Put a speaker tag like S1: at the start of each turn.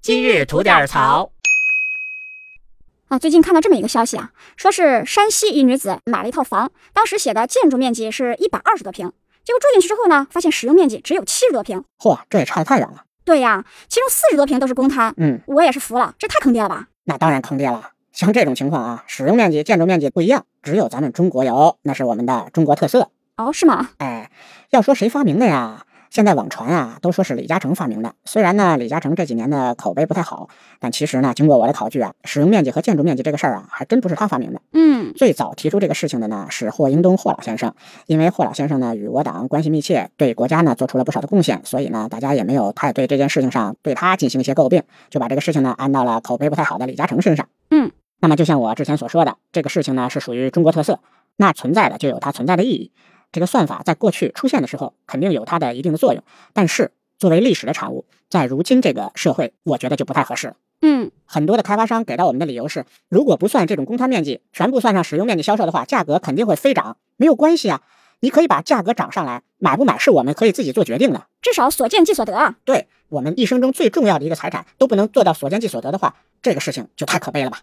S1: 今日吐点槽。
S2: 啊，最近看到这么一个消息啊，说是山西一女子买了一套房，当时写的建筑面积是一百二十多平，结果住进去之后呢，发现使用面积只有七十多平。
S3: 嚯，这也差得太远了。
S2: 对呀，其中四十多平都是公摊。
S3: 嗯，
S2: 我也是服了，这太坑爹了吧！
S3: 那当然坑爹了。像这种情况啊，使用面积、建筑面积不一样，只有咱们中国有，那是我们的中国特色。
S2: 哦，是吗？
S3: 哎，要说谁发明的呀？现在网传啊，都说是李嘉诚发明的。虽然呢，李嘉诚这几年的口碑不太好，但其实呢，经过我的考据啊，使用面积和建筑面积这个事儿啊，还真不是他发明的。
S2: 嗯，
S3: 最早提出这个事情的呢是霍英东霍老先生，因为霍老先生呢与我党关系密切，对国家呢做出了不少的贡献，所以呢大家也没有太对这件事情上对他进行一些诟病，就把这个事情呢安到了口碑不太好的李嘉诚身上。
S2: 嗯，
S3: 那么就像我之前所说的，这个事情呢是属于中国特色，那存在的就有它存在的意义。这个算法在过去出现的时候肯定有它的一定的作用，但是作为历史的产物，在如今这个社会，我觉得就不太合适了。
S2: 嗯，
S3: 很多的开发商给到我们的理由是，如果不算这种公摊面积，全部算上使用面积销售的话，价格肯定会飞涨。没有关系啊，你可以把价格涨上来，买不买是我们可以自己做决定的。
S2: 至少所见即所得啊。
S3: 对我们一生中最重要的一个财产都不能做到所见即所得的话，这个事情就太可悲了吧？